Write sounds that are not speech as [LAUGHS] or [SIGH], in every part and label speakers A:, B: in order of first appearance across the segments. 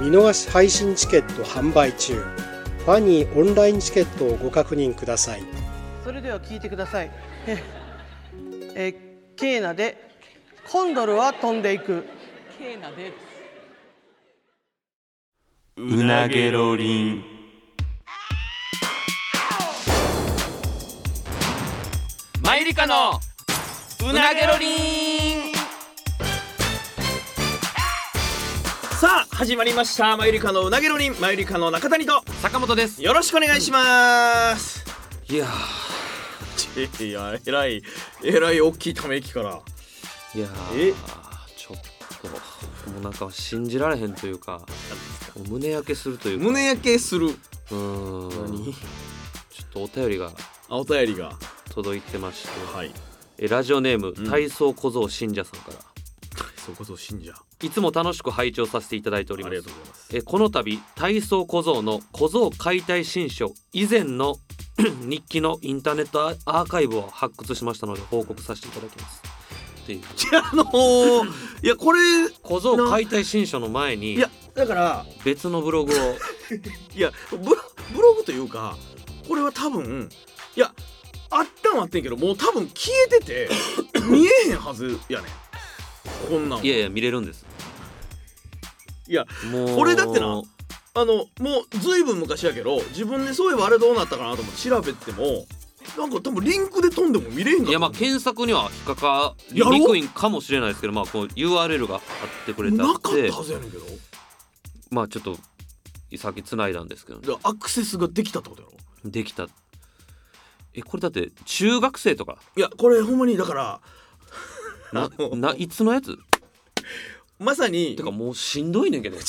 A: 見逃し配信チケット販売中ファニーオンラインチケットをご確認ください
B: それでは聞いてください。えーえーケーナでコンドルは飛んでいく。
C: ケーナで
D: うなげろりんマイリカのうなげろりん
E: さあ始まりましたマユリカのうなげろりんマユリカの中谷と
D: 坂本です
E: よろしくお願いします
D: いや
E: ちいやえらいえらい大きいため息から
D: ーいや
E: え
D: ーちょっともうなんか信じられへんというかもう胸焼けするというか
E: 胸焼けする
D: うーん
E: 何
D: ちょっとお便りが
E: あお便りが
D: 届いてまして、
E: はい
D: えラジオネーム、
E: うん
D: 体操小僧信者さんから
E: そこそ信者あ
D: いつも楽しく拝聴させていただいており
E: りが
D: ま
E: と
D: す
E: うございます
D: えこの度体操小僧の小僧解体新書以前の [CLEARS THROAT] 日記のインターネットアアーカイブを発掘しましたので報告させていただきますっていう
E: いやあのー、いやこれい
D: 小僧解体新書の前に
E: やだから
D: 別のブログを
E: いやブロブログというかこれは多分いやあったんはあってんけどもう多分消えて
D: [LAUGHS]
E: て見えへんはずやねんこんなんはい
D: やいや見れるんです
E: いや
D: もう
E: これだってなあのもうずいぶん昔やけど自分でそういえばあれどうなったかなと思って調べてもなんか多分リンクで飛んでも見れへんかった
D: いやまあ検索には引っかかり
E: やろ
D: にくいんかもしれないですけどまあこう URL があってくれた
E: なか
D: っ
E: ってたはずやねんけど
D: まあちょっと先つないだんですけど、ね、
E: だからアクセスができたってことやろ
D: できたえこれだって中学生とか
E: いやこれほんまにだから
D: な
E: あ
D: [LAUGHS]
E: の
D: ないつのやつ
E: まさに
D: てかもうしんどいねんけ [LAUGHS] ど
E: 違う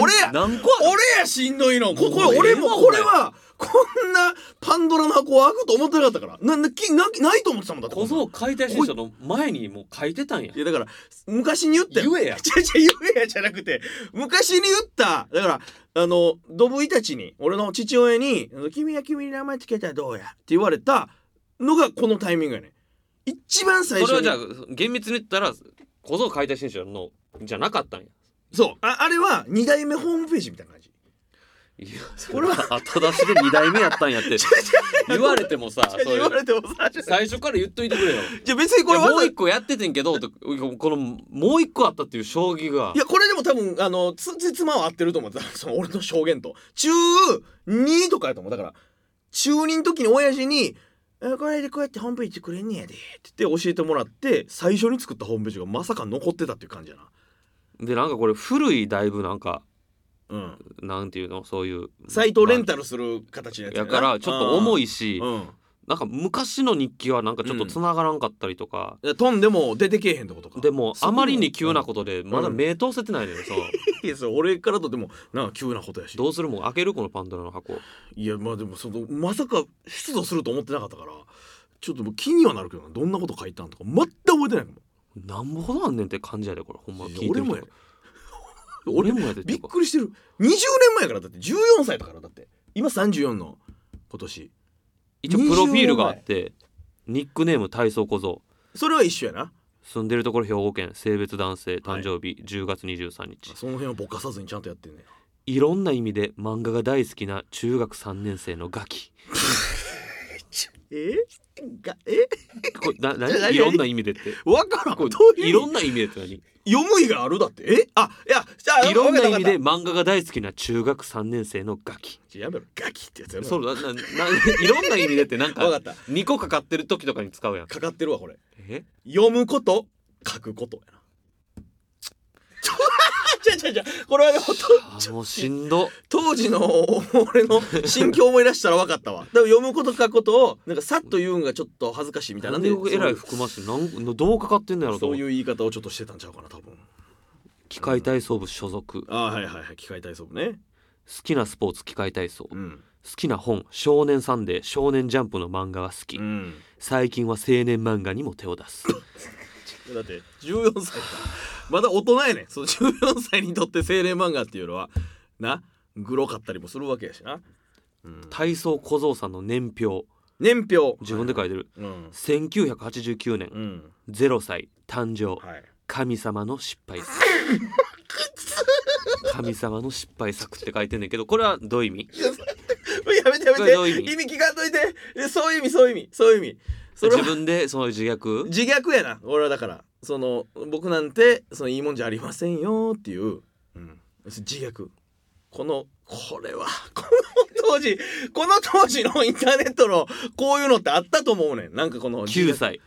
E: 俺や
D: 何個ある
E: 俺やしんどいのここ
D: もうえ
E: れ俺
D: えわ
E: も
D: お前
E: これはこんなパンドラの箱を開くと思ってなかったからななきなないと思ってたもんだって
D: 小僧解体新書の前にもう書いてたんや
E: いやだから昔に言ったよ
D: 言え
E: [LAUGHS]
D: や
E: ちゃちゃ言えやじゃなくて昔に言っただからあのドブイたちに俺の父親に「君は君に名前つけたらどうや」って言われたのがこのタイミングやねん一番最
D: そ
E: 初
D: れ
E: に
D: はじゃあ厳密に言ったら小僧解体新書のじゃなかったんや
E: そうああれは2代目ホームページみたいな感じ
D: いや
E: これは
D: 後出しで2代目やったんやって言われてもさそうい
E: 言わ
D: う
E: れてもさ
D: 最初から言っといてくれよ
E: じゃあ別 [LAUGHS] にこれ
D: いやも
E: わ
D: う
E: ざ
D: 一個やっててんけどとこのもう一個あったっていう将棋が
E: いやこれでも多分あのつつ妻は合ってると思ってた [LAUGHS] その俺の証言と中2とかやと思うだから中2の時に親父に「えこれでこうやってホームページ作れんねやで」って言って教えてもらって最初に作ったホームページがまさか残ってたっていう感じやな
D: でなんかこれ古いだいぶなんか
E: うん
D: なんていうのそういう
E: サイトレンタルする形のやつ
D: やからちょっと重
E: い
D: いし
E: うんうん
D: なんか昔の日記はなんかちょっと繋がらんかったりとか、
E: いや飛んでも出てけえへんってことか
D: でもあまりに急な
E: こ
D: ことでまだ目通せてないのよ、そう
E: とですよ俺からとでもなんか急なことやし
D: どうするもん開けるこのパンドラの箱
E: いやまあでもそのまさか出土すると思ってなかったからちょっともう気にはなるけどなどんなこと書いたんとか全く覚えてないもん
D: なんぼほどあんねんって感じやでこれほんま
E: いや
D: 聞いてる人
E: 俺もや
D: 俺もやでって
E: び
D: い
E: っ
D: うか
E: くりしてる20年前やからだって14歳だからだって今34の今年
D: 一応プロフィールがあってニックネーム体操小僧
E: それは一緒やな
D: 住んでるところ兵庫県性別男性誕生日10月23日、
E: その辺はぼかさずにちゃんとやってんね
D: い、ろんな意味で漫画が大好きな中学3年生のガ
E: [LAUGHS]
D: キ
E: えがえ
D: これな
E: 何
D: 何
E: 何
D: いろんな意味でって
E: 分からん
D: こ
E: こ
D: れ
E: れ
D: い
E: い
D: ろ
E: ろん
D: んな意味でって何
E: 読む意があるだってえあいやじゃあ
D: いろんな
E: わ
D: 意
E: かっ
D: 味
E: た
D: で
E: わかっ
D: 漫画が大好きな中学3年生のガキ
E: たやめろガキってやつやめろ
D: そうなな [LAUGHS] ないろんな意味でってなん
E: 分か
D: か
E: った
D: 2個かかってる時とかに使うやん
E: かかってるわこれ
D: え
E: 読むこと書くことやな [LAUGHS] ちょちゃちゃちゃこれはねほんと
D: あーもうしんど
E: 当時の俺の心境を思い出したら分かったわ多分読むこと書くことをなんかさっと言うんがちょっと恥ずかしいみたい
D: な
E: なんん
D: で
E: で
D: えらい含ましてなんどうかかってんのやろと
E: そう
D: 思っ
E: い
D: て
E: う言い方をちょっとしてたんちゃうかな多分
D: 機械体操部所属好
E: ああはいはいはい機械体操部ね
D: きなスポーツ機械体操
E: う
D: 好
E: ん
D: きな本「少年サンデー」「少年ジャンプ」の漫画が好き
E: うん
D: 最近は青年漫画にも手を
E: [LAUGHS]
D: 出す
E: だって14歳かまだ大人やねんその14歳にとって青年漫画っていうのはなグロかったりもするわけやしな、うん、
D: 体操小僧さんの年表
E: 年表
D: 自分で書いてる
E: うん
D: 1989年
E: うん
D: 0歳誕生
E: はい
D: 神様の失敗作神様の失敗作って書いてんねんけどこれはどういう意味
E: [LAUGHS] やめてや
D: これどう
E: め
D: いう
E: て
D: 意味
E: 意味聞かんといてえそういう意味そういう意味そういう意味それ
D: 自
E: は
D: 分でその自虐
E: 自虐やな俺はだからその僕なんてそのいいもんじゃありませんよっていう、うん、自虐このこれは [LAUGHS] この当時この当時のインターネットのこういうのってあったと思うねんなんかこの自虐
D: 9歳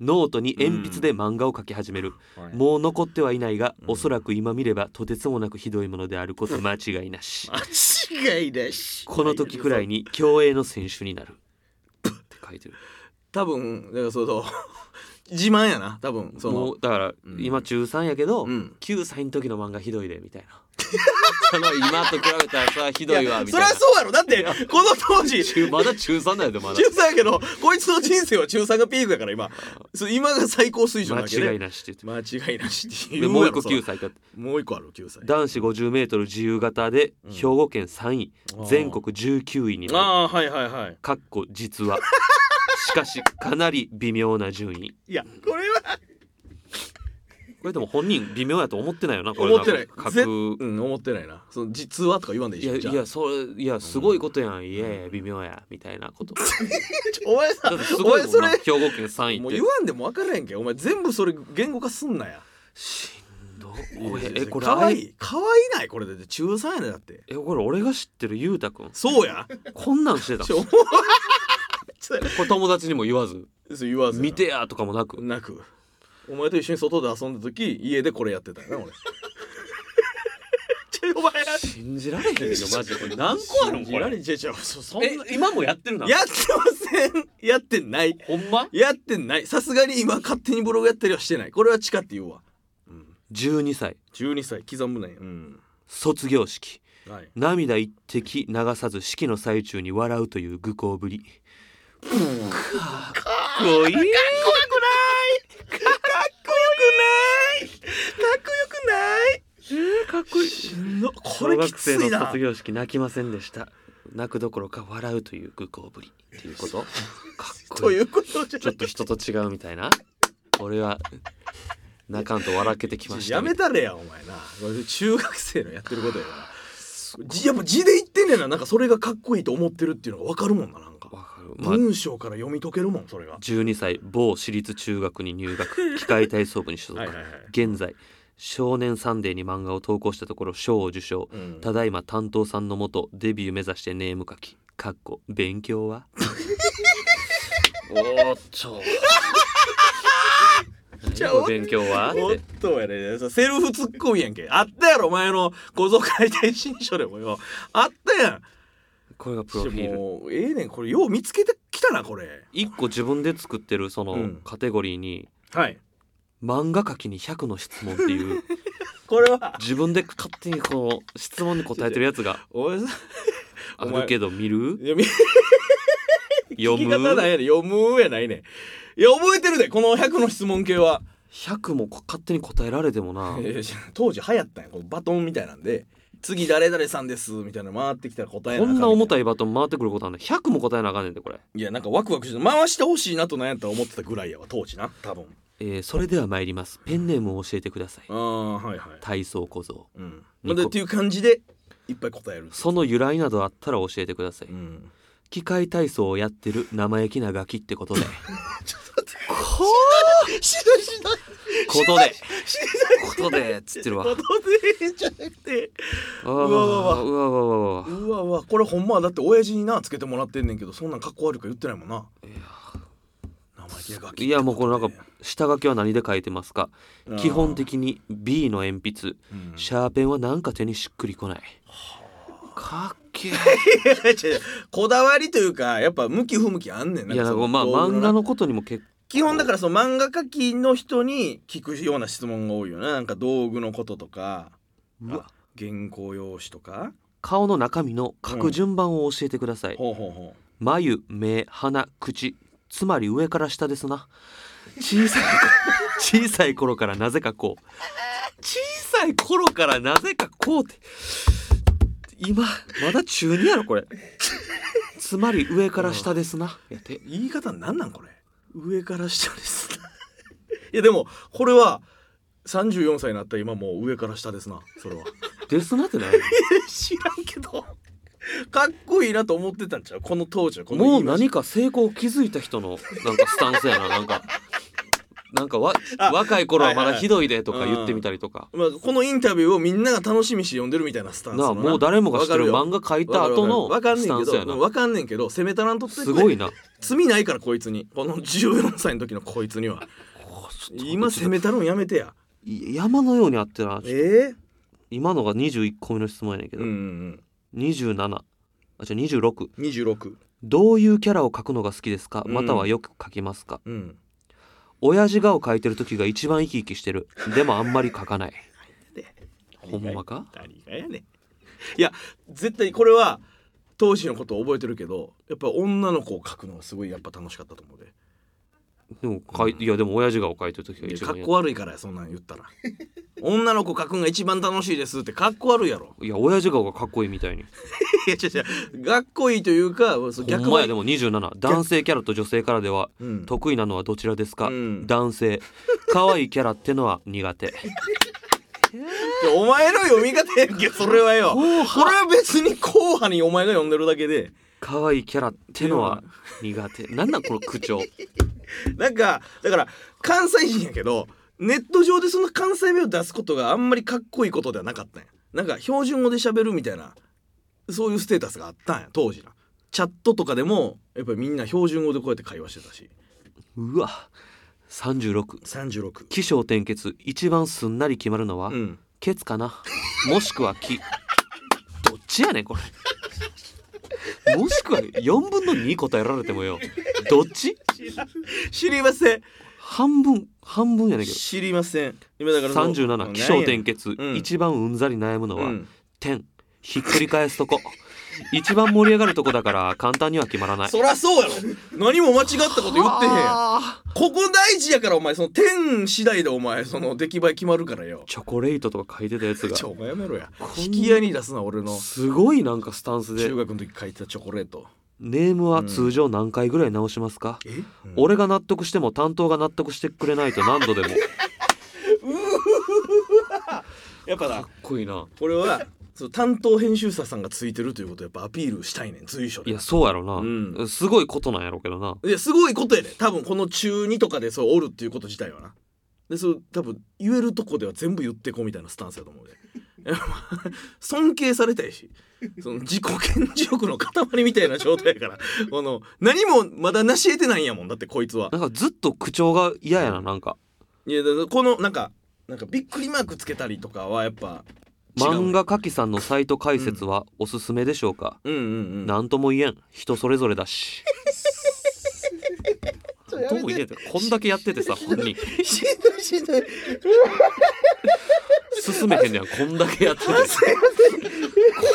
D: ノートに鉛筆で漫画を描き始める、
E: はい
D: もう残ってはいないが、
E: うん
D: おそらく今見ればとてつもなくひどいものであること間違いなし
E: 間違いだし
D: この時くらいに競泳の選手になるって書いてる
E: 多分だからその自慢やな多分そ
D: も
E: の
D: うだから
E: うん
D: 今中3やけど、
E: うん
D: 9歳の時の漫画ひどいでみたいな [LAUGHS] その今と比べたらさひどいわ
E: や
D: み
E: そ
D: たい
E: り
D: な
E: ゃそうやろだってこの当時
D: 中まだ中3だよでまだ
E: 中3やけどこいつの人生は中3がピークやから今そう今が最高水準だけど
D: 間違いなしって言って
E: 間違いなしってい
D: で
E: う
D: もう一個
E: やろそれ
D: 9歳か
E: もう一個ある9歳
D: 男子 50m 自由形で
E: うん
D: 兵庫県3位、
E: あー
D: 全国19位になる
E: ああーはいはいはい
D: かっこ実は [LAUGHS] しかしかなり微妙な順位
E: いやこれは
D: これでも本人微妙やと思ってないよなこれ
E: 思ってない
D: か
E: ぜ
D: く
E: うん思ってないなその実はとか言わんでいい
D: い
E: し
D: や
E: じゃ
D: い
E: あ
D: やそれいやすごいことやんいやいや微妙やみたい
E: [LAUGHS]
D: なこと
E: お前さ
D: だってす
E: お
D: ご
E: 前
D: いもん
E: そ
D: な
E: れ
D: 兵庫県3位
E: も
D: っ
E: う
D: て
E: 言わんでも分からへんけんお前全部それ言語化すんなや
D: しんど
E: い
D: こ
E: や
D: れ
E: いや
D: えこれ
E: かわい
D: あれ
E: いかわいないこれだって中3やねだって
D: えこれ俺が知ってるゆうたくん
E: そうや
D: こんなんしてた
E: ちょ
D: これ友達にも言わず
E: そう言わずな
D: 見てやとかもなく
E: なくお前と一緒に外で遊んだ時家でこれやってたよ
D: [LAUGHS]
E: な俺ちょお前ら
D: 信じられへんよマジでこれ何個あるんこ
E: 信じら
D: れ
E: れちゃうちゃうそそんな
D: え今もやってるな
E: [LAUGHS] やってませんやってない
D: ほんま
E: やってないさすがに今勝手にブログやったりはしてないこれは誓って言うわ、うん、
D: 12歳
E: 12歳刻むねうん
D: 卒業式
E: はい
D: 涙一滴流さず式の最中に笑うという愚行ぶりかっこいい
E: かっこよくない
D: かっこいい
E: しんどこ
D: 小
E: れき
D: 学
E: つ
D: 生
E: い
D: の
E: な
D: 卒業式泣きませんでした泣くどころか笑うという愚行ぶりっていう
E: [LAUGHS]
D: ことかっ
E: と
D: こいい
E: いうことじゃ
D: ちょっと人と違うみたいな俺は泣かんと笑けてきました
E: やめたれやお前なこれ中学生のやってることや
D: [LAUGHS]
E: からじやっぱ字で言ってんねんななんかそれがかっこいいと思ってるっていうのが分かるもんななんか
D: わかる、まあ、
E: 文章から読み解けるもんそれが
D: 12歳某私立中学に入
E: [LAUGHS]
D: 学機械体操部に所属
E: はいはいはい
D: 現在「少年サンデー」に漫画を投稿したところ賞を受賞、
E: うん
D: ただいま担当さんのもとデビュー目指してネーム書きかっこ勉強はおっと [LAUGHS] 何お勉強は
E: お
D: っ
E: ってとやねセルフツッコミやんけあったやろお前の小僧解体新書でもよあったやん
D: これがプロフィール
E: もうええねんこれよう見つけてきたなこれ
D: 一個自分で作ってるそうの
E: ん
D: カテゴリーに
E: はい
D: 漫画書きに100の質問っていう
E: [LAUGHS] これは
D: 自分で勝手にこの質問に答えてるやつが
E: お前さ
D: あるけど見る
E: 読み
D: 読
E: 聞き方なん
D: む
E: やねん読むやないねんいや覚えてるでこの100の質問系
D: [LAUGHS]
E: は
D: 100も勝手に答えられてもな
E: えー当時流行ったんやこのバトンみたいなんで次誰々さんですみたいなの回ってきたら答え
D: こんな重た
E: い
D: いバトン回ってくることなんだ100も答えなあかんねんでこれ、
E: いやなんかワクワクして回してほしいなとなんやったら思ってたぐらいやわ当時な多分
D: えーそれでは参りますペンネームを教えてください
E: ああはいはい
D: 体操小僧
E: うん
D: ニコ
E: まだっていう感じでいっぱい答えるんですよ
D: その由来などあったら教えてください、
E: う
D: [LAUGHS]
E: ん
D: 機械体操をやってる生意気なガキっ
E: [LAUGHS]
D: てことで
E: しないしない
D: ことで
E: しない
D: ことでつってるわ
E: ことでじゃなくて
D: うわう
E: うわ
D: わ
E: うわ
D: うわうわうわうわ
E: うわうわこれほんまはだって親父になつけてもらってんねんけどそんなんかっこ悪いから言ってないもんな生意気なガキってことで
D: いやもうこのなんか下書きは何で書いてますか
E: うん
D: 基本的に B の鉛筆
E: うん
D: シャーペンはなんか手にしっくりこないかっけえ
E: 違う違うこだわりというかやっぱ向き不向きあんねん
D: いやなん
E: そ
D: か
E: の
D: まあ
E: 道具
D: 漫画のことにも結
E: 基本だからその漫画描きの人に聞くような質問が多いよななんか道具のこととか
D: うわ
E: 原稿用紙とか
D: 顔の中身の書く順番を教えてください、
E: ほうほうほ
D: 眉目鼻口つまり上から下ですな小さい
E: [LAUGHS]
D: 小さい頃からなぜかこう小さい頃からなぜかこうって今まだ中二やろこれつまり上から下ですなやって
E: う言い方なんなんこれ上から下です [LAUGHS] いやでもこれは34歳になった今もう上から下ですなそれは
D: ですなってない
E: 知らんけど [LAUGHS] かっこいいなと思ってたんちゃうこの当時はこの
D: も
E: 言
D: う
E: い回し
D: 何か成功を築いた人のなんかスタンスやななんかなんかわ
E: あ
D: 若い頃はま
E: はい
D: だ
E: はい
D: ひどいでとか言ってみたりとか、
E: まあ、このインタビューをみんなが楽しみにして読んでるみたいなスタンス
D: なあ
E: の
D: もう誰もが知ってる
E: わか
D: 漫
E: よ
D: 画書いた後の
E: わかるわかるわかんねんけ
D: スタンス
E: ど
D: やな
E: うんわかんねんけど攻めたらんとってくれ
D: すごいな
E: 罪ないからこいつにこの14歳の時のこいつに [LAUGHS] は今攻めたるんやめてや
D: い山のようにあってな
E: え
D: 今のが21個目の質問やねんけ
E: え
D: ど、
E: うんうん
D: 27あじゃ26
E: うん26
D: どういうキャラを描くのが好きですか
E: うん
D: またはよく描きますか、
E: うん
D: 親父顔描いてる時が一番生き生きしてるでもあんまり描かないほんまか
E: 何がやねんいや絶対これは当時のことを覚えてるけどやっぱ女の子を描くのがすごいやっぱ楽しかったと思うで
D: でもかいいやでも親父顔描いてる時が
E: いや
D: 一
E: か
D: 番
E: っ
D: や
E: こ悪いからやそんなん言ったら女の子描くんが一番楽しい
D: [LAUGHS]
E: ですってかっこ悪いやろ
D: いや親父顔がかっこいいみたいに
E: いや違う違うかっこいいというかそう
D: ほん
E: 逆
D: ま
E: は
D: やでも27男性キャラと女性キャラでは
E: うん
D: 得意なのはどちらですか、
E: うん
D: 男性可愛いキャラってのは苦
E: [LAUGHS]
D: 手
E: いやお前の読み方やんけそれはよこ
D: 後
E: れは別に硬派にお前が読んでるだけで
D: 可愛いキャラってのは苦手なんなんこの口調
E: なんかだから関西人やけどネット上でその関西弁を出すことがあんまりかっこいいことではなかったんやなんか標準語で喋るみたいなそういうステータスがあったんや当時なチャットとかでもやっぱりみんな標準語でこうやって会話してたし
D: うわ36
E: 36
D: 起承転結一番すんなり決まるのは、
E: うん
D: ケツかなもしくは
E: [LAUGHS]
D: 木どっちやねんこれもしくは4分の2答えられてもよどっち
E: 知りません
D: 半分半分やねんけど
E: 知りません今だからその
D: 37起承転結、
E: うん
D: 一番うんざり悩むのは、
E: うん
D: 点ひっくり返すとこ一番盛り上がるとこだから簡単には決まらない
E: そらそうやろ何も間違ったこと言ってへんやん
D: あー
E: ここ大事やからお前その天次第でお前その出来栄え決まるからよ
D: チョコレートとか書いてたやつ
E: ちょ
D: が
E: お前やめろや
D: こん
E: 引き合いに出すな俺の
D: すごいなんかスタンスで
E: 中学の時書いてたチョコレート
D: ネームは通常何回ぐらい直しますか、
E: え、
D: 俺が納得しても担当が納得してくれないと何度 [LAUGHS] でも
E: やっぱ
D: か [LAUGHS]
E: な
D: っこいいな
E: 俺はその担当編集者さんがついてるということをやっぱアピールしたいねん随所
D: い
E: でい
D: やそうやろな、
E: うん
D: すごいことなんやろうけどな
E: やすごいことやで多分この中2とかでそうおるっていうこと自体はなでそう多分言えるとこでは全部言ってこうみたいなスタンスやと思うでやっぱ尊敬されたいしその自己顕示欲の塊みたいな状態やからこの何もまだ成し得てないんやもんだってこいつは
D: なんかずっと口調が嫌やななんか
E: いやだからこのなんかなんかびっくりマークつけたりとかはやっぱ違う
D: 漫画描きさんのサイト解説はおすすめでしょうか、
E: うんうんうん
D: なんとも言えん人それぞれだしなんとも言えんってこんだけやっててさ本人
E: しんどいしんどい
D: 進めへんねやんこんだけやってて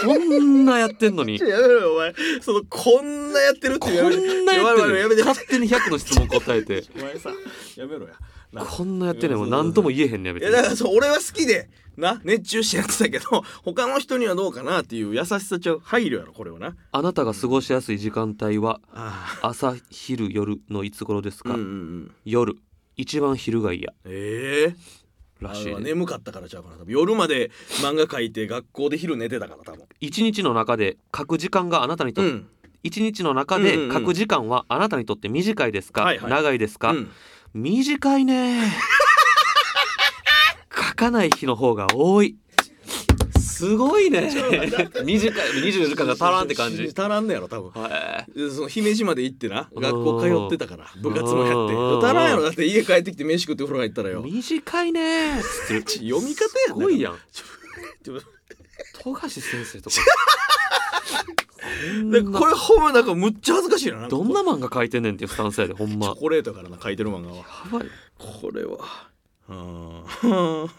D: こんなやってんのに
E: ちょやめろよお前そのこんなやってるって
D: こ
E: やめろ
D: んなや
E: ちょお前
D: って
E: お前
D: る
E: やめて
D: 勝手に100の質問答えて
E: お前さやめろやな
D: こんなやってんねんもう何とも言えへんねや
E: い
D: 別
E: やだか
D: に
E: らそう俺は好きでな熱中してやってたけど他の人にはどうかなっていう優しさちゃう配慮やろこれはな
D: あなたが過ごしやすい時間帯は
E: あ
D: 朝昼夜のいつ頃です
E: あうん
D: か、
E: うんうん
D: 夜一番昼が嫌
E: ええ
D: らしい
E: あ
D: ね
E: 眠かったからちゃうかな多分夜まで漫画描いて学校で昼寝てたから多分
D: 一日の中で書く時間があなたにと
E: う
D: っ
E: ん
D: 一日の中
E: うんう
D: で
E: んうん
D: 書く時間はあなたにとって短いですか、
E: はいはい
D: 長いですか、
E: うん
D: 短い
E: [LAUGHS]
D: ね書かない日の方が多いすごいね短い24時間が足らんって感じ
E: 足らんねやろ多分
D: はい
E: でその姫路まで行ってな
D: うん
E: 学校通ってたから部活もや
D: うん
E: って足らんやろだって家帰ってきて飯食ってお風呂入ったらよ
D: 短いねつって
E: 読み方や
D: すごいやん
E: ちょちょ
D: 富樫先生とか
E: でこれほんまなんかむっちゃ恥ずかしいななんか
D: どんな漫画描いてんねんっていうスタンスやでほん
E: チ
D: ま
E: ョコレートからな書いてる漫画は
D: やばい
E: これはうーんうん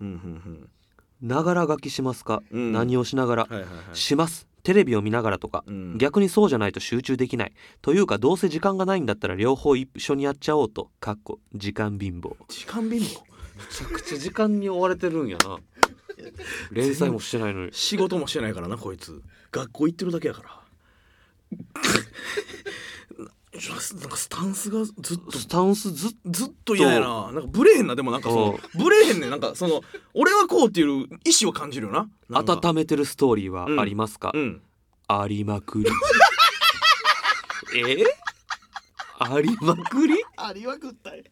E: うん
D: ながら書きしますか、
E: うん
D: 何をしながら、
E: うんはいはいはい
D: しますテレビを見ながらとか、
E: うん
D: 逆にそうじゃないと集中できないというかどうせ時間がないんだったら両方一緒にやっちゃおうとかっこ時間貧乏め
E: 時間貧乏
D: ちゃくちゃ時間に追われてるんや [LAUGHS] な連載もしてないのに
E: 仕事もしてないからなこいつ学校行ってるだけやから [LAUGHS] ちょなんかスタンスがずっと
D: スタンスずっ
E: ずっと嫌やななんかブレへんなでもなんかそのブレへんねんなんかその俺はこうっていう意思を感じるよななんか
D: と温めてるストーリーはありますか、
E: うん
D: ありまくりえ [LAUGHS] ありまくり
E: ありまくったよ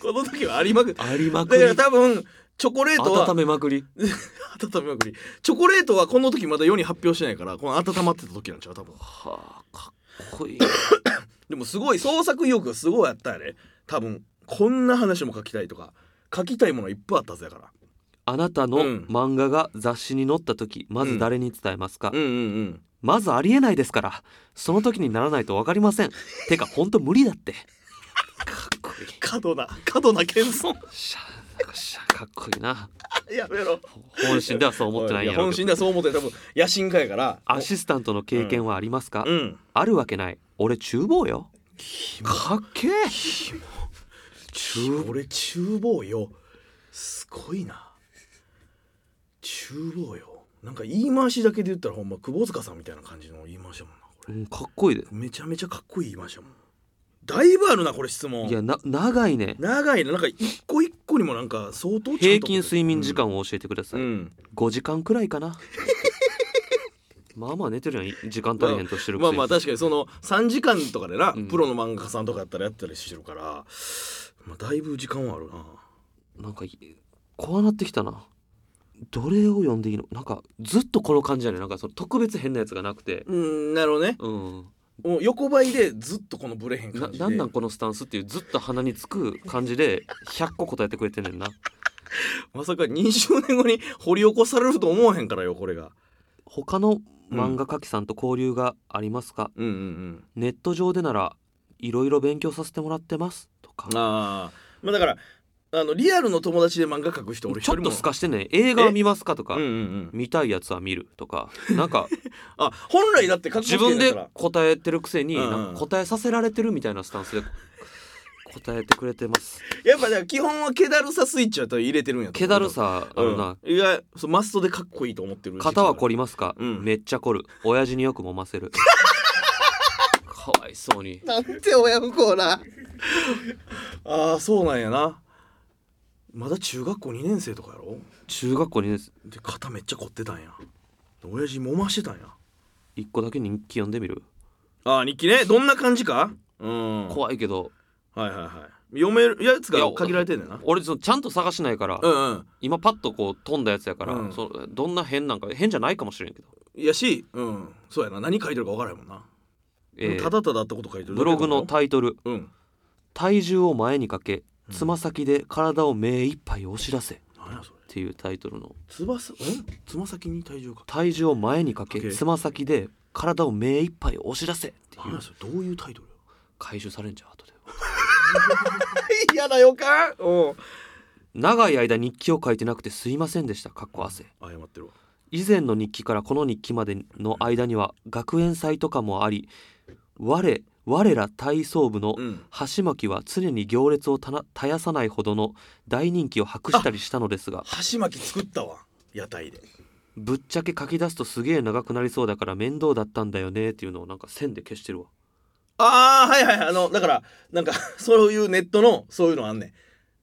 E: この時はありまくだか
D: ありまくり
E: ら多分チョコレートは
D: 温めまくり
E: 温めまくりチョコレートはこの時まだ世に発表してないからこの温まってた時なんちゃう多分
D: はあかっ [LAUGHS] こいい
E: でもすごい創作意欲がすごいあったやね多分こんな話も書きたいとか書きたいものいっぱいあったはずやから
D: あなたの
E: うん
D: 漫画が雑誌に載った時まず誰に伝えますか、
E: うんうん
D: まずありえないですからその時にならないと分かりませんてかほんと無理だってかっこいい
E: 過度な過度な謙遜 [LAUGHS]
D: しゃなんかしゃかっこいいな
E: やめろ
D: 本心ではそう思ってないんや
E: や
D: ろう
E: 本
D: け
E: 心
D: ど
E: ではそう思ってない多分野心家やから
D: アシスタントの経験はありますか、
E: うん
D: あるわけない俺厨房よかっけえ
E: 中俺厨房よすごいな厨房よなんか言い回しだけで言ったらほんま窪塚さんみたいな感じの言い回しやもんなこ
D: う
E: れ
D: んかっこいいで
E: めちゃめちゃかっこいい言い回しやもんだいぶあるなこれ質問
D: いやな長いね
E: 長いななんか一個一個にもなんか相当ちゃんと
D: 平均睡眠時間を教えてくださ
E: う
D: い、
E: ん、うん
D: 5時間くらいかなまあまあ寝てるやんい時間足りへんとしてるく
E: ま
D: せ
E: あ
D: に
E: まあ確かにその3時間とかでな、
D: うん
E: プロの漫画家さんとかやったらやったりしてるから、まあ、だいぶ時間はあるな
D: なんかい怖なってきたなどれを読んでいいのなんかずっとこの感じやねなんかその特別変なやつがなくて
E: うんなるほどね
D: うん
E: もう横ばいでずっとこのブレへん
D: な
E: 感じで
D: なんなんこのスタンスっていうずっと鼻につく感
E: [LAUGHS]
D: じで100個答えてくれてんねんな
E: まさか20年後に掘り起こされると思わへんからよこれが
D: 他の漫画家きさんと交流がありますか、
E: うんうんうん
D: ネット上でならいろいろ勉強させてもらってますとか
E: ああまあだからあのリアルの友達で漫画描く人俺一
D: ちょ
E: 人
D: っ
E: も
D: とすかしてね映画は見ますかとか、
E: うんうんうん
D: 見たいやつは見る
E: [LAUGHS]
D: とかなんか
E: あ本来だって書く
D: 自分で答えてるくせに、
E: うんうん
D: なんか答えさせられてるみたいなスタンスで答えてくれてます
E: やっぱだから基本は気だるさスイッチは多分入れてるんやと思
D: 気
E: う
D: だるさあるな、
E: うん、いやそうマストでかっこいいと思ってる
D: 肩は凝
E: り
D: りますか、
E: うん
D: めっちゃ凝る親父によく揉
E: [LAUGHS]
D: ませるかわいそうに
E: なんて親不孝なああそうなんやなまだ中学校2年生とかやろ
D: 中学校にです
E: で肩めっちゃ凝ってたんやで親父揉ましてたんや
D: 一個だけ人気読んでみる、
E: あー日記ねどんな感じかうんはい
D: 怖いけど
E: はいはい読めるやつが限られてんねんな
D: 俺そのちゃんと探しないから、
E: うんうん
D: 今パッとこう飛んだやつやから、
E: うん
D: そのどんな変なんか変じゃないかもしれんけど、
E: いやしうんそうやな何書いてるか分からへんもんな、
D: えー
E: ただただってこと書いてるだけ
D: ブログのタイトル
E: うん
D: 「体重を前にかけ
E: うん
D: つま先で体を目いっぱい押し出せ」っ
E: 何やそれ
D: ていうタイトルの
E: つばさんつま先に体重か
D: 体重を前にかけ
E: Okay
D: つま先で体を目いっぱい押し出せってい
E: 何
D: う
E: やそれどういうタイトル
D: 回収されんじゃん後で
E: 嫌な予感うん
D: 長い間日記を書いてなくてすいませんでしたかっこ汗
E: 謝ってるわ
D: 以前の日記からこの日記までの間には学園祭とかもあり我我ら体操部の
E: うん
D: 箸巻きは常に行列をたな絶やさないほどの大人気を博したりしたのですが
E: 箸巻き作ったわ屋台で
D: ぶっちゃけ書き出すとすげえ長くなりそうだから面倒だったんだよねっていうのをなんか線で消してるわ
E: ああはいはいはいあのだからなんか [LAUGHS] そういうネットのそういうのあんねん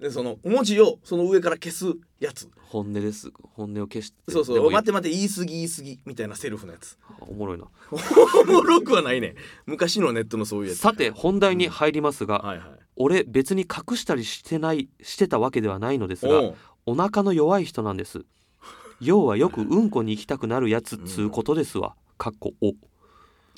E: でその文字をその上から消すやつ
D: 本音です本音を消して
E: そうそ
D: で
E: う
D: もいい
E: 待って待って言い過ぎ言い過ぎみたいなセルフのやつ
D: おもろいな
E: おもろくはないねん昔のネットのそういうやつ
D: さて本題に入りますが、
E: はいはい
D: 俺別に隠したりしてないしてたわけではないのです
E: お
D: が
E: う
D: お腹の弱い人なんです要はよくうんこに行きたくなるやつ
E: ん
D: つうことですわかっこお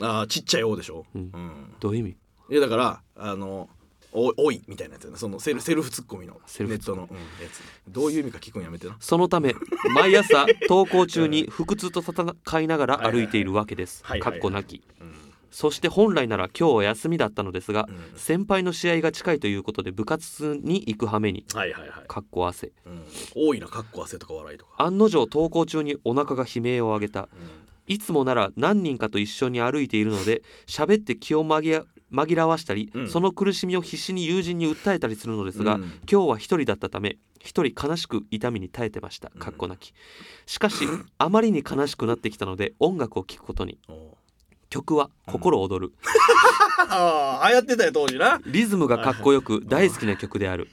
E: ああちっちゃい王でしょ、
D: う
E: うんん
D: どういう意味
E: いやだからあのおおいみたいなやつやなそのセルセルフツッコミの
D: セルフ
E: ネットの、うん、やつどういう意味か聞くんやめてな
D: そのため毎朝登校中に腹痛と戦いながら歩いているわけです
E: はいはい
D: か
E: はい
D: っこなき
E: うん
D: そして本来なら今日は休みだったのですが、
E: うん
D: 先輩の試合が近いということで部活に行く羽目に
E: はいはいはい、
D: かっこ汗
E: うん、多いなかっこ汗とか笑いとか、
D: 案の定登校中にお腹が悲鳴を上げた
E: うん
D: いつもなら何人かと一緒に歩いているので喋って気を紛や紛らわしたり、
E: うん
D: その苦しみを必死に友人に訴えたりするのですが、
E: うん
D: 今日は一人だったため一人悲しく痛みに耐えてました
E: うん
D: かっこなきしかしあまりに悲しくなってきたので音楽を聴くことに
E: おう
D: 曲は心躍る、
E: ああ流行ってたよ当時な
D: リズムがかっこよく大好きな曲である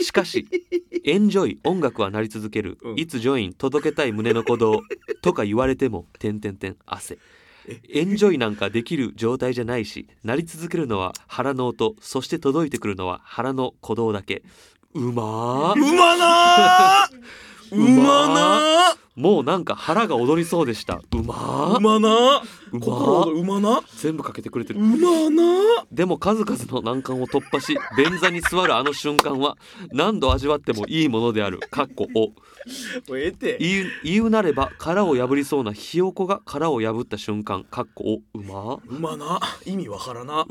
D: しかし「エンジョイ音楽はなり続ける、
E: うん
D: いつジョイン届けたい胸の鼓動」とか言われても「てんてんてん汗」エンジョイなんかできる状態じゃないしなり続けるのは腹の音そして届いてくるのは腹の鼓動だけうま
E: う
D: ー
E: まなーうまな
D: もうなんか腹が踊りそうでしたうま
E: ーう
D: ー
E: まな
D: うま
E: 心が
D: ー
E: うまな
D: 全部かけてくれて
E: う
D: る
E: まな
D: でも数々の難関を突破し便座に座るあの瞬間は何度味わってもいいものであるかっこお
E: もうええて
D: 言う言うなれば殻を破りそうなひよこが殻を破った瞬間かっこおうまう
E: うまな意味わからな
D: まっ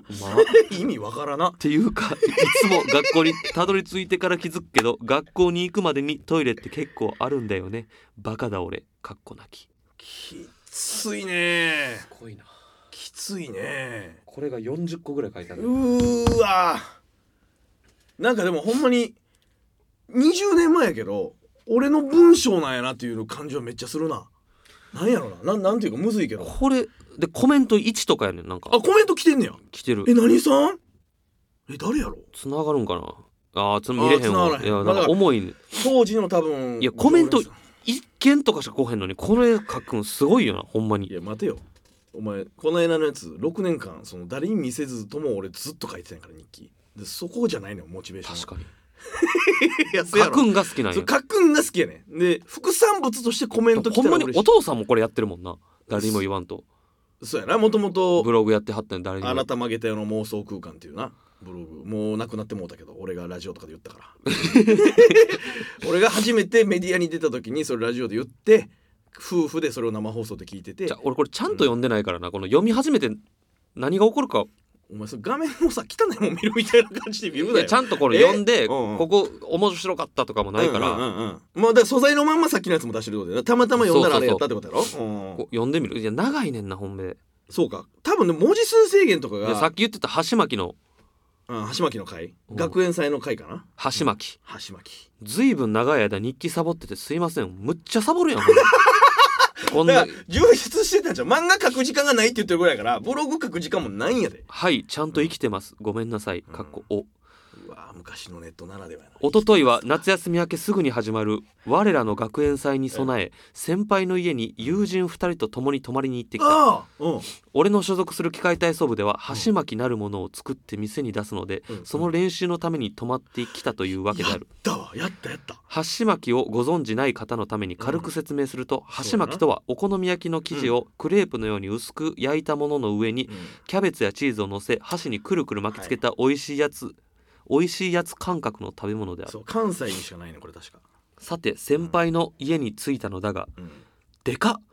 E: [LAUGHS] 意味わからな
D: ていうかいつも学校にたどり着いてから気づくけど学校に行くまでにトイレって結構あるんだよねバカだ俺かっこなき
E: きついね
D: すごいな
E: きついね
D: これが40個ぐらい書いてあ
E: うーわなんかでもほんまに20年前やけど俺の文章なんやなっていう感じはめっちゃするななんやろななんなんていうかむずいけど
D: これでコメント1とかやねんなんか
E: あコメント来てんねや
D: 来てる
E: え何さんえ誰やろ
D: つながるんかなあーつ見れへ
E: あー
D: ん
E: 繋が
D: わ
E: らへん
D: いや
E: ま
D: な
E: あ
D: ん
E: だ
D: か
E: から
D: 重い、ね、
E: 当時の多分
D: いやコメント一件とかしか来へんのにこれ書くんすごいよなほんま
E: い
D: に
E: や待てよお前この間のやつ6年間その誰に見せずとも俺ずっと書いてたんやから日記でそこじゃないのよモチベーション
D: 確かに
E: にいやそうや
D: 書
E: ろ
D: くんが好きなん
E: そ
D: や
E: う書くんが好きやねんで副産物としてコメント来
D: ほ
E: たら
D: んま
E: 嬉
D: に
E: しい
D: お父さんもこれやってるもんな誰にも言わんと
E: そうやなもともと
D: ブログやってはったん誰にも
E: あなた曲げたよの妄想空間っていうなブログもうなくなってもうたけど俺がラジオとかで言ったから [LAUGHS] 俺が初めてメディアに出た時にそれラジオで言って夫婦でそれを生放送で聞いてて
D: じゃあ俺これちゃんと読んでないからなこの読み始めて何が起こるか
E: お前その画面をさ汚いもん見るみたいな感じで見る
D: い
E: な
D: や
E: よ
D: ちゃんとこれ
E: え
D: 読んで
E: うんうん
D: ここ面白かったとかもないから
E: うんうんうんうんまあだから素材のまんまさっきのやつも出してるってことだよなたまたま読んだらあれやったってことやろうんうん
D: こう読んでみるいや長いねんな本命
E: そうか多分ね文字数制限とか
D: でさ
E: が
D: っ、き言ってた箸巻きの
E: うん、橋巻の会
D: うん
E: 学園祭の会かな
D: 箸巻き
E: 橋巻
D: ずいぶん長い間日記サボっててすいませんむっちゃサボるやんほんまこん
E: だ
D: な
E: から充実してたじゃん漫画書く時間がないって言ってるぐらいやからブログ書く時間もないんやで
D: はいちゃんと生きてますごめんなさいかっこお
E: うわ昔のネットならではやな
D: 一昨日は夏休み明けすぐに始まる我らの学園祭に備え先輩の家に友人2人と共に泊まりに行ってきた
E: ああうん
D: 俺の所属する機械体操部では箸巻きなるものを作って店に出すので
E: うん
D: その練習のために泊まってきたというわけで
E: や
D: あ
E: っ
D: る
E: たわやったやった
D: 箸巻きをご存じない方のために軽く説明すると箸巻きとはお好み焼きの生地をクレープのように薄く焼いたものの上にキャベツやチーズを乗せ箸にくるくる巻きつけた美味しいやつ美味しいやつ感覚の食べ物である
E: そう関西にしかないねこれ確か
D: さて先輩の家に着いたのだが
E: うん
D: でかっ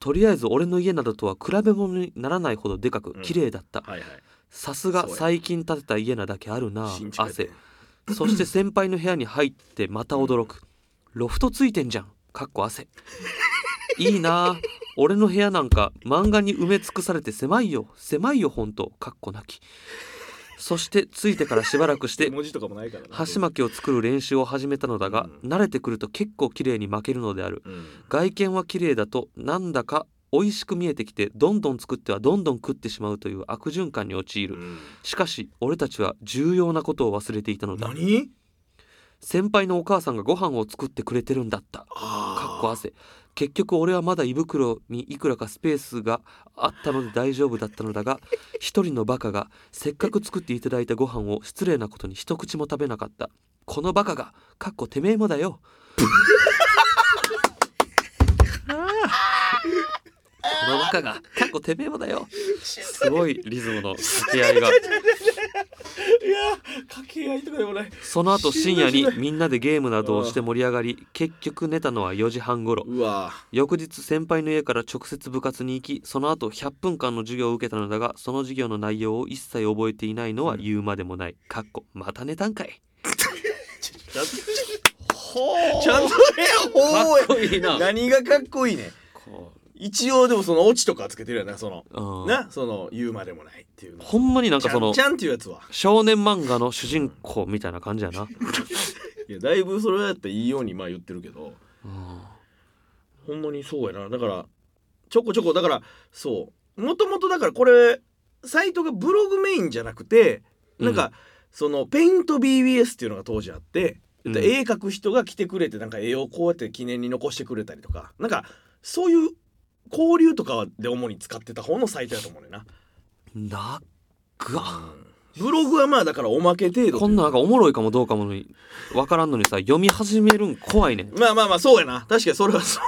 D: とりあえず俺の家などとは比べ物にならないほどでかく
E: うん
D: 綺麗だった
E: はいはい
D: さすが
E: そうや
D: 最近建てた家なだけあるなあ
E: 新築やで
D: 汗そして [COUGHS] 先輩の部屋に入ってまた驚くロフトついてんじゃんかっ
E: [LAUGHS]
D: こ汗いいなあ俺の部屋なんか漫画に埋め尽くされて狭いよ狭いよほんとかっこなきそして着いてからしばらくして
E: 絵文字とかもないからな
D: 箸巻きを作る練習を始めたのだが、
E: う
D: 慣れてくると結構綺麗に巻けるのである
E: うん
D: 外見は綺麗だとなんだか美味しく見えてきてどんどん作ってはどんどん食ってしまうという悪循環に陥
E: う
D: る
E: ん
D: しかし俺たちは重要なことを忘れていたのだ
E: 何
D: 先輩のお母さんがご飯を作ってくれてるんだったか
E: あ
D: っこ汗結局俺はまだ胃袋にいくらかスペースがあったので大丈夫だったのだが一人のバカがせっかく作っていただいたご飯を失礼なことに一口も食べなかったこのバカがかっこてめえもだよこのバカがかっこてめえもだよすごいリズムの掛け合いが
E: 掛け合いとかでもない
D: その後深夜
E: しん
D: に
E: どい
D: みんなでゲームなどをして盛り上がり結局寝たのは4時半頃
E: うわ
D: 翌日先輩の家から直接部活に行きその後100分間の授業を受けたのだがその授業の内容を一切覚えていないのは言うまでもないかっこまた寝たんかい
E: ちゃんとね
D: か
E: ほ
D: っこ
E: う
D: いいな
E: 何がかっこいいね
D: こ
E: 一応でもそのオチとかつけてるやんなその
D: ううん
E: なその言うまでもないっていうの
D: ほんまになんかその
E: ちゃんちゃんっていうやつは
D: 少年漫画の主人公みたいな感じやな、
E: いやだいぶそれだったらいいようにまあ言ってるけど
D: うん
E: ほんまにそうやなだからちょこちょこだからそうもともとだからこれサイトがブログメインじゃなくてなんか、そのペイント BBS っていうのが当時あって、
D: うん
E: で絵描く人が来てくれてなんか絵をこうやって記念に残してくれたりとかなんかそういう交流とかで主に使ってた方のサイトやと思うねんな、
D: なっが
E: ブログはまあだからおまけ程度というか
D: こんなんがおもろいかもどうかもに分からんのにさ読み始めるん怖いねん
E: まあまあまあそうやな確かにそれはそ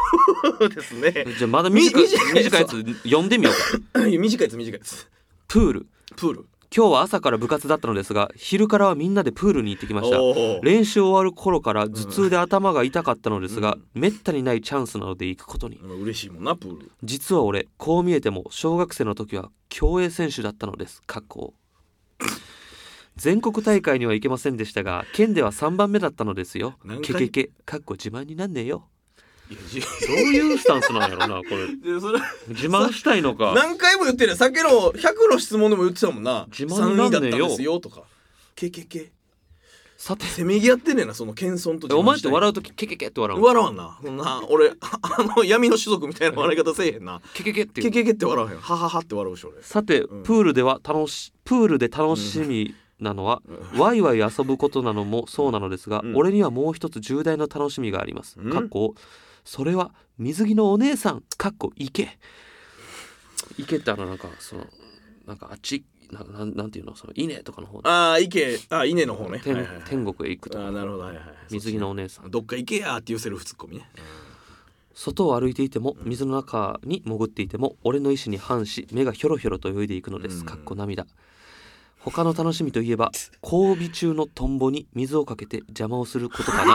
E: うですね
D: じゃあまだ短い
E: み短い
D: 短いやつ読んでみようか
E: 短いです短いです
D: プール
E: プール
D: 今日は朝から部活だったのですが昼からはみんなでプールに行ってきました
E: おー
D: 練習終わる頃から頭痛で頭が痛かったのですが、めったにないチャンスなので行くことに
E: まあ嬉しいもんなプール
D: 実は俺こう見えても小学生の時は競泳選手だったのですかっこ全国大会には行けませんでしたが県では3番目だったのですよ
E: 何
D: け
E: 回
D: けけかっこ自慢になんねえよ
E: いやじ
D: どういうスタンスなんやろなこれ
E: でそれ
D: 自慢したいのか
E: 何回も言ってるよさっきの100の質問でも言ってたもんな
D: 自慢になんね
E: 三位だったん
D: えよ
E: ですよとかけけけ
D: さて
E: せめぎ合ってんねえなその謙遜と自慢
D: お前って笑う
E: う
D: 時ケケケって笑うの
E: 笑わんなそんな俺ああの闇の種族みたいな笑い方せえへんな
D: ケケケってい
E: け
D: う
E: けけって笑わへんはははって笑うし俺
D: さて、
E: ん
D: プールでは楽しプールで楽しみなのは、ワイワイ遊ぶことなのもそうなのですが、
E: うん
D: 俺にはもう一つ重大な楽しみがあります。
E: うん
D: かっこそれは水着のお姉さんかっこ池池ってあのなんかそのなんかあっちななんなんていうのその稲とかの方
E: ああ池あ稲の方ね
D: 天,、
E: はいはいはい
D: 天国へ行くと
E: ああ
D: か
E: なるほどはいはい
D: 水着のお姉さん
E: どっか行けやーっていうセルフツッコミね
D: 外を歩いていても水の中に潜っていても俺の意思に反し目がひょろひょろと泳いでいくので
E: う
D: す
E: ん
D: かっこ涙他の楽しみといえば交尾中のトンボに水をかけて邪魔をすること
E: [LAUGHS]
D: かなか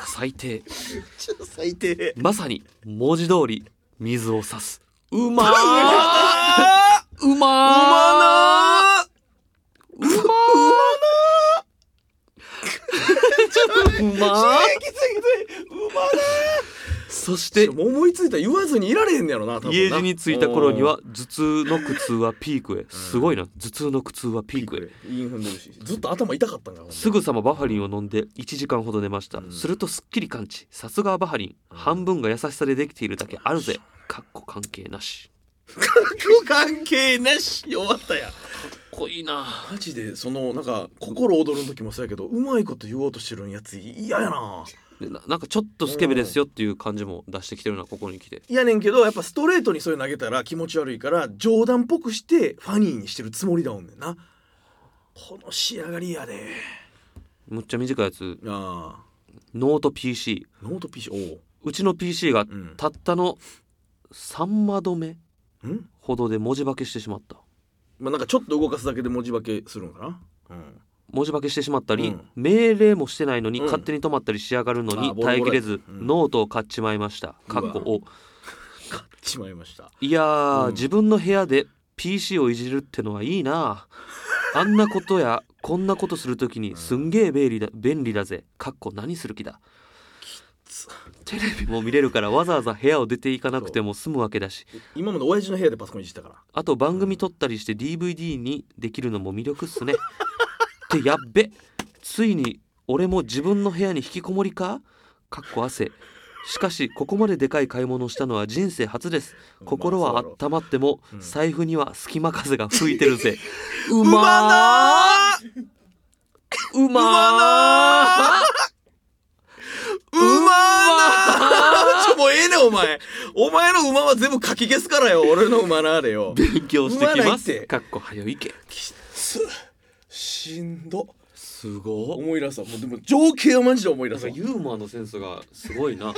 D: っこ最低
E: 最低
D: まさに文字通り水を差すうま
E: うま
D: ー
E: な
D: [LAUGHS]
E: ー
D: うまーう
E: うまなー
D: うまー
E: きついき
D: うまー
E: ついうまな
D: そし
E: で
D: て
E: も思いついたら言わずにいられへんねやろな多分な
D: 家路に着いた頃には頭痛の苦痛はピークへすごいな頭痛の苦痛はピークへ
E: イン踏んでるしずっと頭痛かったんか
D: すぐさまバファリンを飲んで1時間ほど寝ました、
E: ん
D: するとすっきり感知さすがはバファリン、半分が優しさでできているだけあるぜかっこ関係なし
E: 関係なし終わったや
D: かっこいいな
E: マジでそのなんか心躍る時もそうやけどうまいこと言おうとしてるんやつ嫌やな
D: でななんかちょっとスケベですよっていう感じも出してきてるなここに来て
E: 嫌ねんけどやっぱストレートにそういうの投げたら気持ち悪いから冗談っぽくしてファニーにしてるつもりだもんねんなこの仕上がりやで
D: むっちゃ短いやつ
E: ああ
D: ノート PC
E: ノート PC お
D: うちの PC が
E: ん
D: たったの3マ止め
E: おうん
D: ほどで文字化けしてしまった
E: まあなんかちょっと動かすだけで文字化けするんかなうん
D: 文字化けしてしまったり、
E: うん
D: 命令もしてないのに、
E: うん
D: 勝手に止まったりしやがるの
E: あボ
D: に
E: ロボロ
D: 耐
E: や
D: えきれず、
E: うん
D: ノートを買っちまいましたかっこ
E: う
D: お
E: 買っちまいました
D: いやー、
E: うん
D: 自分の部屋で PC をいじるってのはいい
E: [LAUGHS]
D: なあんなことやこんなことするときにすんげえ便利だ便利だぜかっこ何する気だテレビも見れるからわざわざ部屋を出ていかなくても済むわけだし
E: 今まで親父の部屋でパソコンいじってた [LAUGHS] から
D: あと番組撮ったりして DVD にできるのも魅力っすねってやっべついに俺も自分の部屋に引きこもりかかっこ汗しかしここまででかい買い物をしたのは人生初です心
E: ま
D: は
E: あそうだろ
D: 温まっても
E: うん
D: 財布には隙間風が吹いてるぜ
E: [LAUGHS]
D: う
E: うま
D: ま
E: なー
D: ー
E: う
D: うまーう
E: まなーうまなーちょもうええねんお前お前の馬は全部かき消すからよ俺の馬なーでよ
D: 勉強してき
E: うまな
D: ま
E: いって
D: すかっこはよいけ
E: すしんど
D: すご
E: 思い出したもうでも情景はマジで思い
D: な
E: 出
D: ん
E: した
D: か
E: よ
D: ユーモアのセンスがすごいな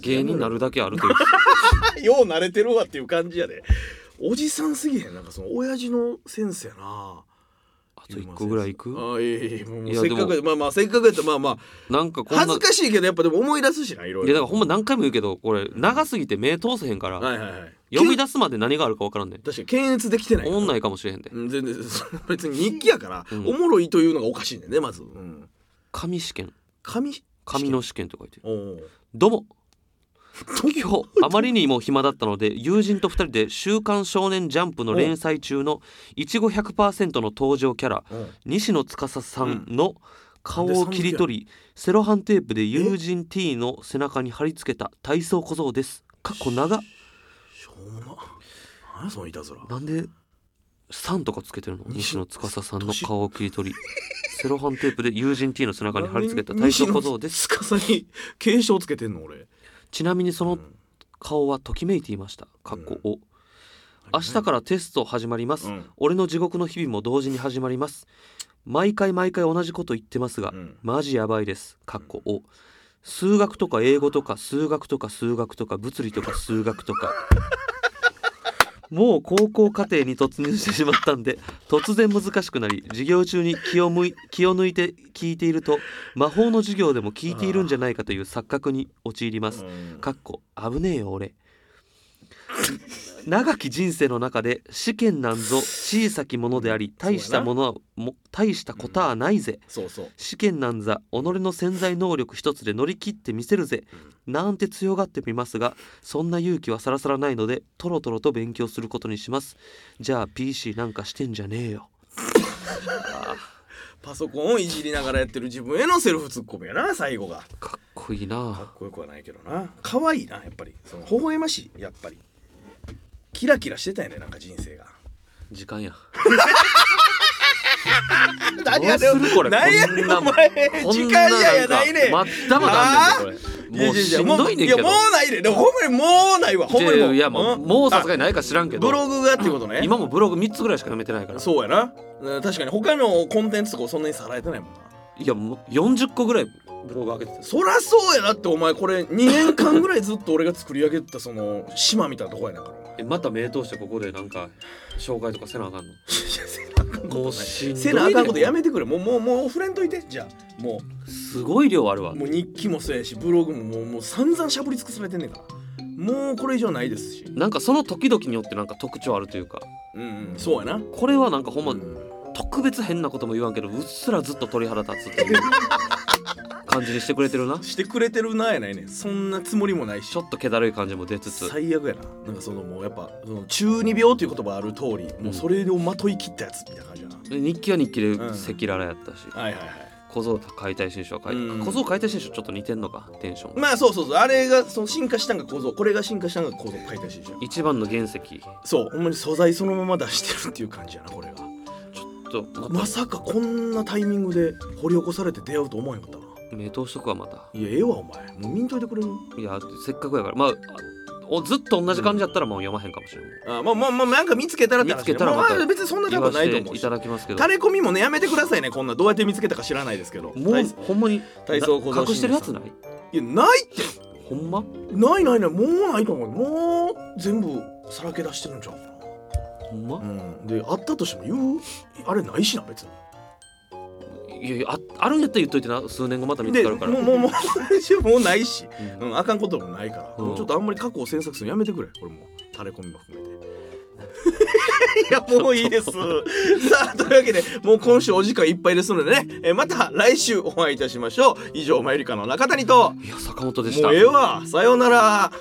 D: 芸人になるだけあると
E: [LAUGHS]
D: いう
E: う慣れてるわっていう感じやでおじさんすぎへんなんかその親父のセンスやな
D: あじゃあ一個ぐらいいく
E: ああいいいいもう
D: いや
E: せっかく
D: で
E: やまあまあせっかくやったらまあまあ
D: なんかこんな
E: 恥ずかしいけどやっぱでも思い出すしないろいろ
D: いやだからほんま何回も言うけどこれ長すぎて目通せへんから、
E: はいはいはい
D: 呼び出すまで何があるか分からんねん
E: 確かに検閲できてない
D: おんないかもしれへんで
E: うん全然 [LAUGHS] その別に日記やから、
D: うん
E: おもろいというのがおかしいねんだよねまず、うん、
D: 紙試験
E: 紙
D: 紙の試験って書いてる
E: おお
D: どうも今日あまりにも暇だったので友人と2人で「週刊少年ジャンプ」の連載中のいちご100%の登場キャラ西野司さんの顔を切り取りセロハンテープで友人 T の背中に貼り付けた体操小僧です。かっこ長っ
E: しょうもな何やそのいたずら
D: なんで「さん」とかつけてるの
E: 西
D: 西
E: 野
D: 野司さんの顔を切り取りセロハンテープで友人 T の背中に貼り [LAUGHS] 付けた体操小僧です。
E: すかさに継承つけてんの俺
D: ちなみにその
E: ん
D: 顔はときめいていました。かっこお、明日からテスト始まります、
E: うん
D: 俺の地獄の日々も同時に始まります毎回毎回同じこと言ってますが、
E: うん
D: マジやばいですかっこお数学とか英語とか数学とか数学とか物理
E: [LAUGHS]
D: とか数学とかもう高校課程に突入してしまったんで突然難しくなり授業中に気をむい気を抜いて聞いていると魔法の授業でも聞いているんじゃないかという錯覚に陥ります
E: うん
D: かっこ危ねえよ俺長き人生の中で試験なんぞ小さきものであり大したものはも大したことはないぜ、
E: そうそう
D: 試験なんざ己の潜在能力一つで乗り切ってみせるぜ、なんて強がってみますがそんな勇気はさらさらないのでトロトロと勉強することにしますじゃあ PC なんかしてんじゃねえよ
E: パソコンをいじりながらやってる自分へのセルフツッコミやな最後が
D: かっこいい
E: か
D: な
E: っこよくはないけどな可愛いなやっぱりその微笑ましいやっぱりキラキラしてたよねなんか人生が
D: 時間や
E: [LAUGHS] 何
D: どうするこれ
E: 何やねんお前
D: こん
E: 時
D: な
E: 間ややないねん
D: まだまだあんねんでこれもういしんどいねんけど
E: やもうないねんでもほんまにもうないわほんまにもう
D: いやもうもうさすがにないか知らんけ
E: あ
D: ど
E: ブログがってことね
D: 今もブログ3つぐらいしかやめてないから
E: そうやなうん確かに他のコンテンツとかそんなにさらえてないもんない
D: やもう40個ぐらいブログ上げてた
E: そらそうやなってお前これ2年間ぐらいずっと俺が作り上げてたその島みたいなとこやねんから
D: [LAUGHS]
E: お前
D: えまた名通してここでなんか紹介とかせなあかんの
E: [LAUGHS]
D: もうしんどいね
E: せなあかんことやめてくれもうもうもう触れんといてじゃあも
D: すごい量あるわ
E: うもう日記もそうやしブログももうもう散々しゃぶり尽くされてんねんからもうこれ以上ないですし
D: なんかその時々によってなんか特徴あるというか
E: うん、うん、そうやな
D: これはなんかほんま
E: うん
D: 特別変なことも言わんけどうっすらずっと鳥肌立つっていう感じにしてくれてるな
E: してくれてるなやないねんそんなつもりもないし
D: ちょっと気だるい感じも出つつ
E: 最悪やななんかそのもうやっぱその中二病という言葉ある通りもうそれをまといきったやつみたいな感じやな、
D: で日記は日記で
E: ん
D: 赤裸々やったし、
E: はいはいはい
D: 小僧解体新書は解
E: うん
D: 小僧解体新書ちょっと似てんのかテンションが
E: まあそうそうそうあれがその進化したんが構造これが進化したんが構造書いてほしいじゃん
D: 一番の原石ち
E: そうほんまに素材そのまま出してるっていう感じやなこれが
D: ょっとま
E: まさかこんなタイミングで掘り起こされて出会うと思わへんかったな
D: た目通しとくわまた
E: いやええわお前もう見んといてくれる
D: いやせっかくやからまああおずっと同じ感じやったらもう読まへんかもしれない、
E: あまあまあまあなんか見つけたらって話
D: 見つけたらまた
E: ああ別にそんな多
D: 言
E: 分
D: わ
E: な
D: せ
E: いと思
D: て
E: う
D: い
E: した
D: だきますけど
E: 垂れ込みもねやめてくださいねこんなどうやって見つけたか知らないですけど
D: も
E: 大
D: う
E: 好き
D: ほんまに
E: 体操小僧
D: な隠してるやつない
E: いやないって
D: ほんま
E: ないないないもうないと思うもう全部さらけ出してるんちゃうか
D: ほんま、
E: なうんであったとしても言うあれないしな別に
D: いやいやああるんやったら言っといてな数年後また見つ
E: で
D: か
E: も
D: る
E: う
D: から
E: もうもうもう [LAUGHS] ないし、
D: うん
E: うん、あかんこともないから、
D: うん
E: もうちょっとあんまり過去を詮索するのやめてくれこれもう垂れ込
D: [LAUGHS]
E: みも含めていやもういいですさあというわけでもう今週お時間いっぱいですのでね、えーまた来週お会いいたしましょう以上マユリカの中谷と
D: いや坂本でした
E: もうええわさようなら